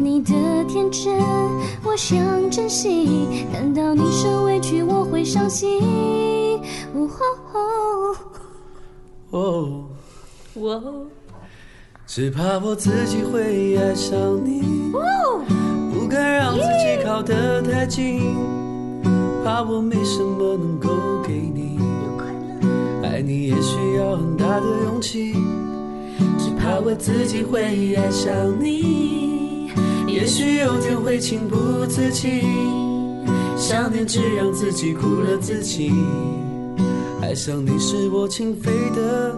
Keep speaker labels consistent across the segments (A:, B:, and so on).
A: 你的天真，我想珍惜，但到你受委屈，我会伤心。哦吼吼
B: 哦，
C: 我
B: 只怕我自己会爱上你，不该让自己靠得太近，怕我没什么能够给你。爱你也需要很大的勇气，只怕我自己会爱上你，也许有天会情不自禁，想念只让自己苦了自己。爱上你是我情非得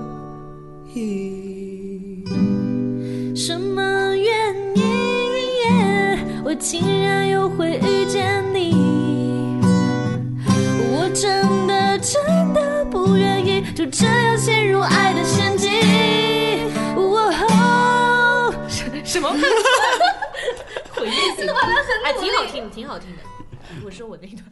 B: 已。
C: 什么原因，我竟然又会遇见你？我真的真的不愿意就这样陷入爱的陷阱。哦吼，
D: 什么？毁灭性，哎，挺好听的，挺好听的。我说我那一段，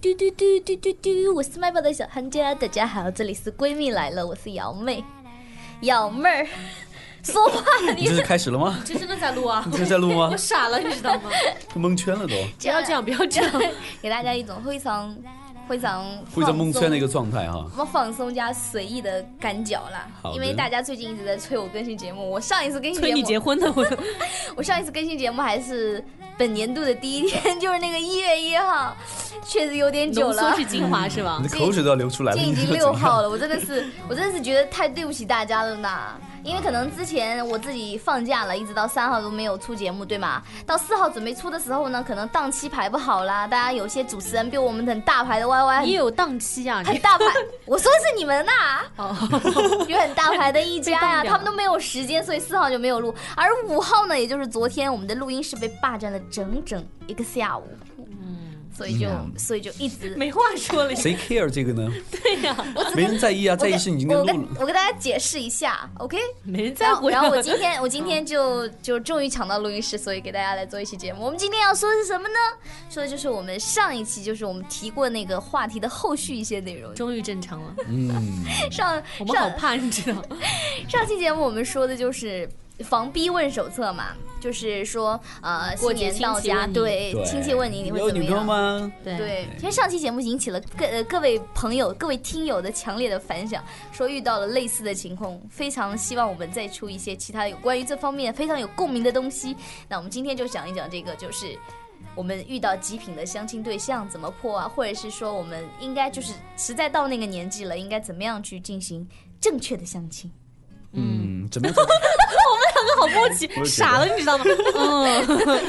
A: 嘟嘟嘟嘟嘟嘟，我是卖报的小憨家，大家好，这里是闺蜜来了，我是瑶妹，瑶妹儿， 说话
B: 你
A: 你
B: 这是开始了 吗？
D: 这真的在录啊
B: 你！这是在录吗
D: 我？傻了，你知道吗？
B: 蒙圈了都，
D: 不要这样，不要这样。
A: 给大家一种非常非常
B: 会在蒙圈的一
A: 个。
B: 个状态哈。
A: 我放松加随意的干脚啦
B: 好，的
A: 因为大家最近一直在催我更新节目。我上一次更新
D: 催
A: 节
D: 你结
A: 目，
D: 婚呢？我
A: 我上一次更新节目还是本年度的第一天， 就是那个一月一号，确实有点久
D: 浓缩
A: 了
D: 是。精华是吧
B: 你？的口水都要流出来了，
A: 今天已
B: 你
A: 经
B: 这
A: 六
B: 怎样
A: 号了，我真的是，我真的是觉得太对不起大家了呐。因为可能之前我自己放假了，一直到三号都没有出节目，对吗？到四号准备出的时候呢，可能档期排不好啦，大家有些主持人比我们很大牌的 YY
D: 你也有档期啊？
A: 很
D: 你
A: 大牌，我说的是你们呐、
D: 哦，
A: 有很大牌的一家呀、
D: 被冻掉
A: 他们都没有时间，所以四号就没有录。而五号呢，也就是昨天，我们的录音室被霸占了整整一个下午，所以就、
B: 嗯
A: 所以就一直。
D: 嗯没话说了。
B: 谁 care 这个 呢？
D: 对呀，
B: 没人在意啊，在意是你今天
A: 我
B: 录
A: 跟
B: 了。
A: 我跟大家解释一下，OK？
D: 没人在嗯
A: 然后
D: 乎呀。
A: 然后我今天我今天就就终于抢到录音室，所以给大家来做一期节目。我们今天要说的是什么呢？说的就是我们上一期就是我们提过那个话题的后续一些内容。
D: 终于正常了，
B: 嗯，
A: 上
D: 我们好
A: 上
D: 怕，你知道？
A: 啊上期节目我们说的就是防逼问手册嘛，就是说呃，
D: 过
A: 过
D: 节
A: 年到
D: 亲戚
A: 家，
D: 问你
A: 对
B: 对
A: 亲戚问你你会
B: 有
A: 怎么
B: 女朋友
A: 样？
B: 吗？
A: 对，其实上期节目引起了各、呃、各位朋友、各位听友的强烈的反响，说遇到了类似的情况，非常希望我们再出一些其他有关于这方面非常有共鸣的东西。那我们今天就讲一讲这个，就是我们遇到极品的相亲对象怎么破啊，或者是说我们应该就是实在到那个年纪了，应该怎么样去进行正确的相亲。
B: 嗯，怎么样？
D: 好默契，
B: 得
D: 傻了，你 知道吗？嗯，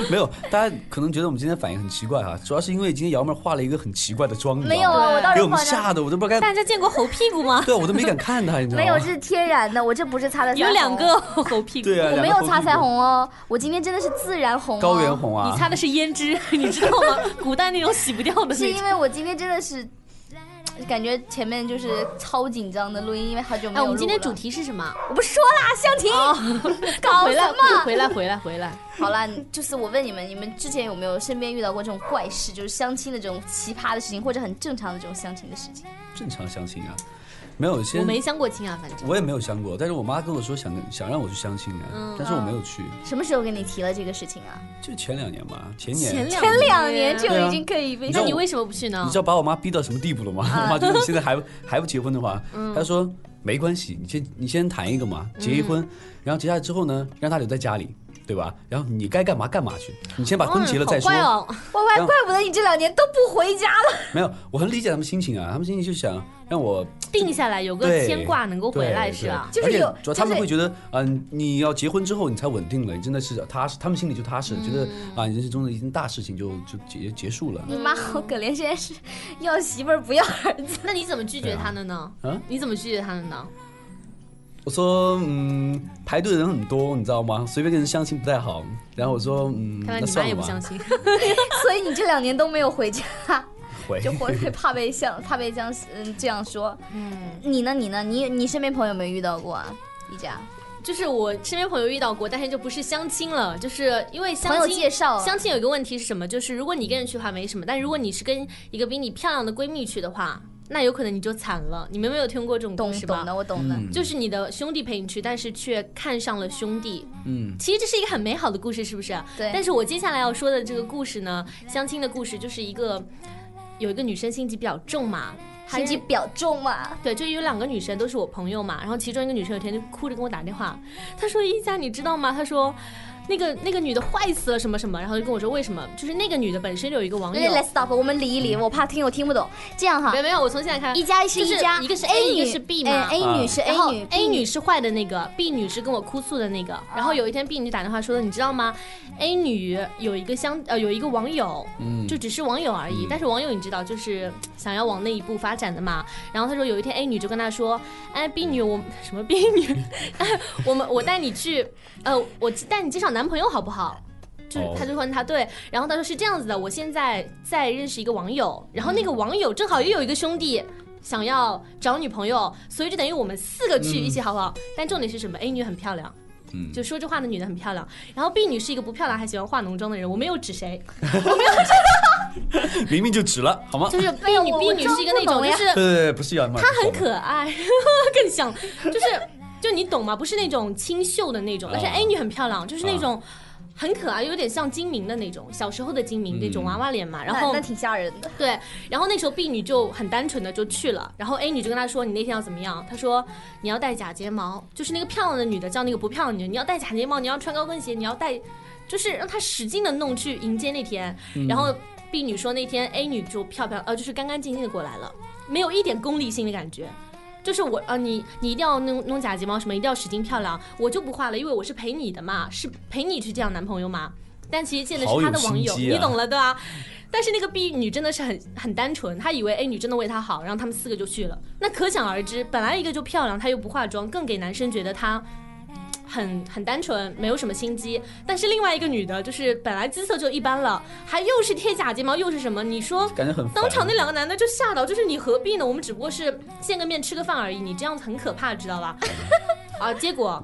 B: 没有，大家可能觉得我们今天反应很奇怪啊，主要是因为今天瑶妹化了一个很奇怪的妆，你知道
A: 没有
B: 吗
A: 啊，我当
B: 给
A: 时
B: 我们
A: 化妆
B: 吓得我都不知道该，
D: 大家见过猴屁股吗？
B: 对我都没敢看她，你知道吗？
A: 没有，这是天然的，我这不是擦的腮红。
D: 有两，个猴屁股，
B: 对啊，
A: 我没
B: 两
A: 有
B: 个
A: 擦
B: 红屁
A: 腮
B: 股，
A: 红哦，我今天真的是自然红、哦。
B: 高原。红啊，
D: 你擦的是胭脂， 你知道吗？古代那种洗不掉的
A: 是
D: 那
A: 因
D: 种。
A: 为我今天真的是，感觉前面就是超紧张的录音，因为好久没有、
D: 哎，我们今天主，题是什么？
A: 我不说啦，相亲。搞
D: 回来，
A: 什么？
D: 回来，回来，回来！
A: 好啦，就是我问你们，你们之前有没有身边遇到过这种怪事，就是相亲的这种奇葩的事情，或者很正常的这种相亲的事情？
B: 正常相亲啊，没有
D: 我
B: 先。
D: 没相过亲啊，反正
B: 我也没有相过，但是我妈跟我说想跟想让我去相亲啊，
D: 嗯
B: 但是我没有去，
A: 什么时候跟你提了这个事情啊？
B: 就前两年吧，前年，
D: 前两
A: 前两年就
B: 对啊
A: 已经可以被
B: 你知
D: 那
B: 道
D: 你
B: 我
D: 为什么不去呢？
B: 你知道把我妈逼到什么地步了吗？
D: 啊
B: 我妈就说你现在还不还不结婚 的话，
D: 嗯
B: 她说没关系，你先你先谈一个嘛，结一婚，然后结下来之后呢，让她留在家里，对吧？然后你该干嘛干嘛去，你先把婚结了再说。
D: 嗯好怪哦，
A: 歪歪，怪不得你这两年都不回家了。
B: 没有，我很理解他们心情啊，他们心情就想让我
D: 定下来有个
B: 对
D: 牵挂能够回来是吧？
B: 对
A: 就是
B: 对
A: 有
B: 而且主要他们
A: 就是
B: 会觉得，嗯，你要结婚之后你才稳定了，你真的是踏实，他们心里就踏实，觉得
D: 嗯
B: 啊，你人生中的一件大事情就就结结束了。
A: 你妈好可怜，现在是要媳妇儿不要儿子。
D: 那你怎么拒绝他的呢？
B: 嗯
D: 你怎么拒绝他的呢？
B: 我说嗯，排队的人很多，你知道吗？随便跟人相亲不太好。然后我说嗯，
D: 看来你
B: 那
D: 妈
B: 算
D: 也
B: 了
D: 不相
B: 吧，
D: 信。
A: 所以你这两年都没有回家，
B: 回
A: 就活在怕被像怕被这样嗯这样说。嗯，你呢？你呢？你你身边朋友有没有遇到过啊？一家
D: 就是我身边朋友遇到过，但是就不是相亲了，就是因为
A: 朋
D: 相
A: 友
D: 亲
A: 介绍啊，
D: 相亲有一个问题是什么？就是如果你一个人去的话没什么，但如果你是跟一个比你漂亮的闺蜜去的话，那有可能你就惨了。你们没有听过这种
A: 懂
D: 故事
A: 懂
D: 吧
A: 的，？我懂的。
B: 嗯
D: 就是你的兄弟陪你去，但是却看上了兄弟。
B: 嗯，
D: 其实这是一个很美好的故事，是不是？
A: 对
D: 但是我接下来要说的这个故事呢，相亲的故事，就是一个有一个女生心机比较重嘛，她
A: 心机比较重啊嘛，
D: 对，就有两个女生都是我朋友嘛，然后其中一个女生有天就哭着跟我打电话，她说：“一佳，你知道吗？”她说。那个那个女的坏死了什么什么，然后就跟我说为什么？就是那个女的本身就有一个网友
A: 来，来 stop，我们理一理，我怕听友嗯听不懂。这样哈
D: 没，有没有，我从现在开始，
A: 一家是
D: 就是
A: 一家，
D: 一个是
A: A
D: A，
A: 女
D: 一个是 B 嘛
A: 哎，A 女
B: 啊
A: 是
D: 然
A: A
D: 后
A: 女啊
D: A 女是坏的那个，B 女是跟我哭诉的那个。然后有一天 B 女打电话说，你知道吗？A 女有一个相呃有一个网友，
B: 嗯
D: 就只是网友而已。但是网友你知道，就是想要往那一步发展的嘛。然后她说有一天 A 女就跟她说，哎 B 女我什么 B 女， 哎我们我带你去，呃我带你介绍男朋友好不好？就是
B: 哦
D: 她就问她对，然后她说是这样子的，我现在在认识一个网友，然后那个网友正好也有一个兄弟，想要找女朋友，所以就等于我们四个去一起好不好？但重点是什么？A 女很漂亮，
B: 嗯
D: 就说这话的女的很漂亮。然后 B 女是一个不漂亮还喜欢化浓妆的人，我没有指谁，
B: 明明就指了，好吗？
D: 就是 B 女
A: 我
D: B
A: 哎我
D: 女
A: 装
D: 是一个
A: 不
D: 那种
A: 懂
D: 就
A: 呀
D: 是
B: 对对对，不是杨妈，
D: 她很可爱， 更像就是就你懂吗？不是那种清秀的那种，但是
B: 啊
D: A 女很漂亮，就是那种。很可爱，有点像金明的那种，小时候的金明那种
B: 嗯
D: 娃娃脸嘛。然
A: 那
D: 后
A: 那挺吓人的。
D: 对，然后那时候 B 女就很单纯的就去了，然后 A 女就跟她说：“你那天要怎么样？”她说：“你要戴假睫毛，就是那个漂亮的女的叫那个不漂亮的女的，你要戴假睫毛，你要穿高跟鞋，你要戴，就是让她使劲的弄去迎接那天。
B: 嗯
D: 然后 B 女说那天 A 女就漂漂呃就是干干净净的过来了，没有一点功利性的感觉。就是我啊，你你一定要弄弄假睫毛什么，一定要使劲漂亮，我就不化了，因为我是陪你的嘛，是陪你去见到男朋友嘛。但其实见的是
B: 好
D: 他
B: 有
D: 的网
B: 心
D: 友，
B: 机
D: 你
B: 啊
D: 懂了对吧、但是那个 B 女真的是很很单纯，她以为 A 女真的为她好，然后他们四个就去了。那可想而知，本来一个就漂亮，她又不化妆，更给男生觉得她很很单纯，没有什么心机。但是另外一个女的，就是本来姿色就一般了，还又是贴假睫毛，又是什么？你说
B: 感觉很烦啊
D: 当场那两个男的就吓到，就是你何必呢？我们只不过是见个面吃个饭而已，你这样子很可怕，知道吧？ 啊，结果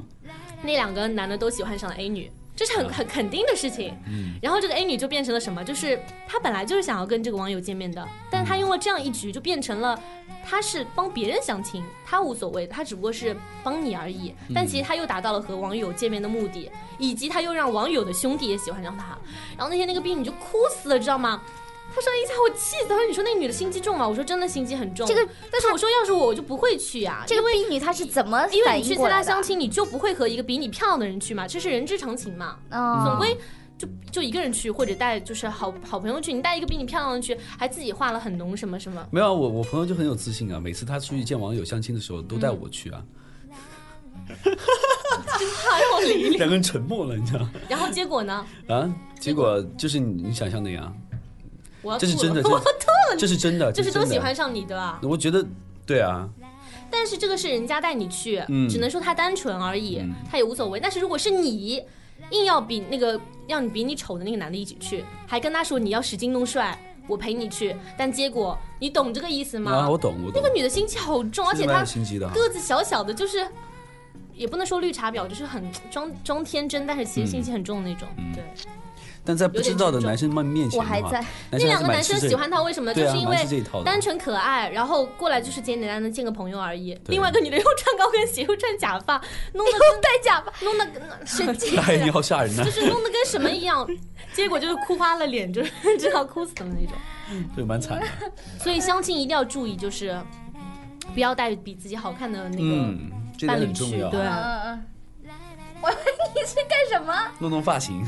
D: 那两个男的都喜欢上了 A 女。这是很很肯定的事情，然后这个 A 女就变成了什么？就是她本来就是想要跟这个网友见面的，但她用了这样一局，就变成了她是帮别人相亲，她无所谓，她只不过是帮你而已。但其实她又达到了和网友见面的目的，以及她又让网友的兄弟也喜欢上她。然后那天那个 B 女就哭死了，知道吗？她说：“一下我气死她说你说那女的心机重吗？我说真的心机很重。
A: 这个，
D: 但是我说要是我，我就不会去呀、
A: 这个 B 女她是怎么
D: 因为
A: 反
D: 你去
A: 应过
D: 参加
A: 来的？
D: 相亲，你就不会和一个比你漂亮的人去嘛，这是人之常情嘛。
A: 嗯，
D: 总归就就一个人去，或者带就是好好朋友去，你带一个比你漂亮的去，还自己化了很浓什么什么。
B: 没有啊，我我朋友就很有自信啊，每次他出去见网友相亲的时候，都带我 去啊。真让我理两个人沉默了，你知道吗
D: 然后结果呢？
B: 啊？结果就是你你想象那 样，啊
D: 我要
B: 这是
D: 吐
B: 真的，
D: 了
B: 这
D: 我
B: 是这是真的，
D: 就是
B: 真
D: 都
B: 的
D: 喜欢。上你的啊。
B: 我觉得对啊，
D: 但是这个是人家带你去，
B: 嗯
D: 只能说他单纯而已，
B: 嗯
D: 他也无所谓。但是如果是你硬要比那个让你比你丑的那个男的一起去，还跟他说你要使劲弄帅，我陪你去，但结果你懂这个意思吗？
B: 啊，我懂，我
D: 那
B: 懂
D: 个。女的心机好重，而
B: 是
D: 且
B: 蛮
D: 她
B: 有心机的哈，
D: 个子小小的，就是也不能说绿茶婊，就是很装装天真，但是其实
B: 嗯
D: 心机很重的那种。对，
B: 但在不知道的
D: 有点沉重
B: 男生面面前
A: 我
B: 的话，
A: 还在
B: 男
D: 那
B: 生还
D: 两
B: 是
D: 个
B: 蛮
D: 男
B: 吃
D: 生
B: 这
D: 喜欢她为什么？就
B: 对啊
D: 是因
B: 蛮吃这一
D: 为
B: 套的
D: 单纯可爱，然后过来就是简简单单见个朋友而已。
B: 对
D: 另外一个女的又穿高跟鞋，又穿假发，弄得
A: 都戴假 发，
D: 弄得跟
A: 神经
B: 哎，你好吓人 呐、
D: 就是弄得跟什么一样，结果就是哭花了脸，就是 知道哭死的那种。
B: 对，蛮惨的。
D: 所以相亲一定要注意，就是不要带比自己好看的那个
B: 嗯，这点
D: 伴侣
B: 很
D: 去
B: 重要。。
D: 对，
A: 嗯嗯嗯，我 你是干什么？
B: 弄弄 发型，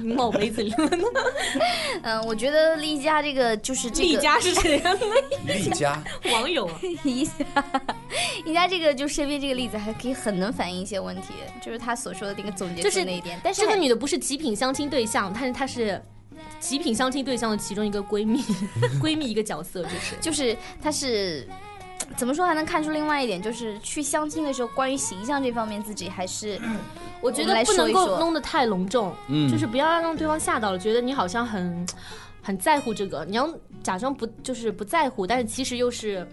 D: 你往杯子里。
A: 嗯，我觉得丽佳这个就是这个
D: 丽佳是谁 样的
B: 丽佳，
D: 网友啊？
A: 一下，人家这个就身边这个例子还可以很能反映一些问题，就是他所说的那个总结
D: 就
A: 出
D: 是
A: 那一点。但是
D: 这个
A: 还
D: 女的不是极品相亲对象，但是她是极 品相亲对象的其中一个闺蜜，闺蜜一个角色就是。
A: 就是她是怎么说还能看出另外一点，就是去相亲的时候，关于形象这方面，自己还是
D: 嗯我觉
A: 我
D: 得
A: 们来
D: 不
A: 说
D: 能
A: 一
D: 够
A: 说
D: 弄得太隆重，
B: 嗯
D: 就是不要让对方吓到了，觉得你好像很很在乎这个，你要假装不就是不在乎，但是其实又是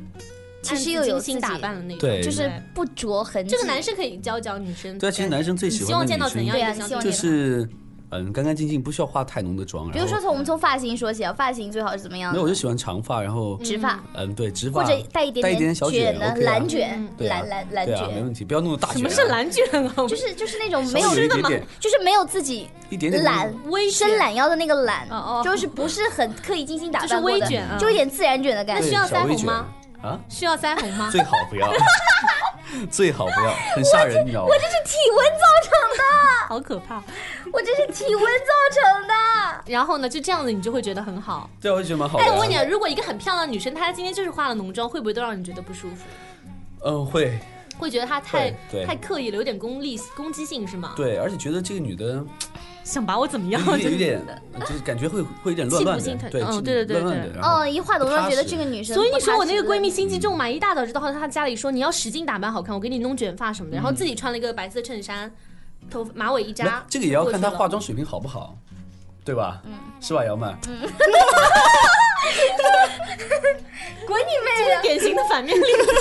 A: 其实
D: 暗自
A: 又
D: 精
A: 有自
D: 心
A: 己
D: 打扮的那种。
B: 对
A: 就是不着痕迹。
D: 这个男生可以教教女生。
B: 对啊，其实男生最
D: 你
B: 喜
D: 希
B: 欢
D: 望
B: 的
D: 见
B: 女
D: 到怎样
B: 生
A: 对啊
D: 一个
A: 你
D: 相
A: 希
D: 亲
A: 望
D: 的
B: 就
A: 见
D: 人？
B: 是嗯干干净净，不需要化太浓的妆。
A: 比如说
B: 然后
A: 从我们从发型说起啊，发型最好是怎么样
B: 没
A: 的
B: 有，我？就喜欢长发，然后
A: 直发
B: 嗯对直
A: 或
B: 发，
A: 者带一点
B: 带一点小
A: 卷
B: 卷
A: 的
B: OK 啊
A: 蓝卷，
B: 对啊
A: 蓝蓝蓝
B: 对啊，没
A: 卷，
B: 问题，不要弄得大
D: 什
B: 卷
D: 么
B: 啊。
D: 是蓝卷啊？
A: 就是就是那种
B: 稍
A: 没有
B: 微有一
A: 那个
B: 点点，
A: 嘛就是没有自己
B: 一点点
A: 懒
D: 微卷
A: 伸懒腰的那个懒
D: 哦哦，
A: 就是不是很刻意精心打
D: 就是
A: 扮过
D: 微
A: 的
D: 卷啊，
A: 就有点自然卷的感
D: 那
A: 觉
D: 需
B: 对。
D: 要
B: 小
D: 腮
B: 微
D: 红
B: 卷
D: 吗
B: 啊？
D: 需要腮红吗？
B: 最好不 要，最好不要，很吓人，你知道吗？
A: 这是体温造成的，
D: 好可怕。
A: 我这是体温造成的。
D: 然后呢，就这样子你就会觉得很好。
B: 对啊，我就觉得蛮好的
D: 哎，
B: 啊。
D: 我问你，啊，如果一个很漂亮的女生，她今天就是化了浓妆，会不会都让你觉得不舒服？
B: 嗯，会，
D: 会觉得她太
B: 对对
D: 太刻意了，有点功利攻击性是吗？
B: 对，而且觉得这个女的
D: 想把我怎么样？
B: 有
D: 就
B: 点有点，就是感觉会会有点乱乱
D: 心
B: 的
D: 疼，
B: 对，
D: 嗯
B: 气
D: 对对对
B: 乱乱
D: 对
B: 的。然后
A: 哦，一化浓妆觉得这个女生不
D: 所
A: 踏
D: 以你
A: 实，
D: 说我那个闺蜜心机重嘛，一大早就到她家里说你要使劲打扮好看，我给你弄卷发
A: 嗯
D: 什么的，然后自己穿了一个白色衬衫，头发马尾一
B: 那
D: 扎，
B: 这个也要看
D: 过
B: 她
D: 去了
B: 化妆水平好不好，对吧？是吧，姚曼？
A: 滚你 妹啊！
D: 典型的反面例子。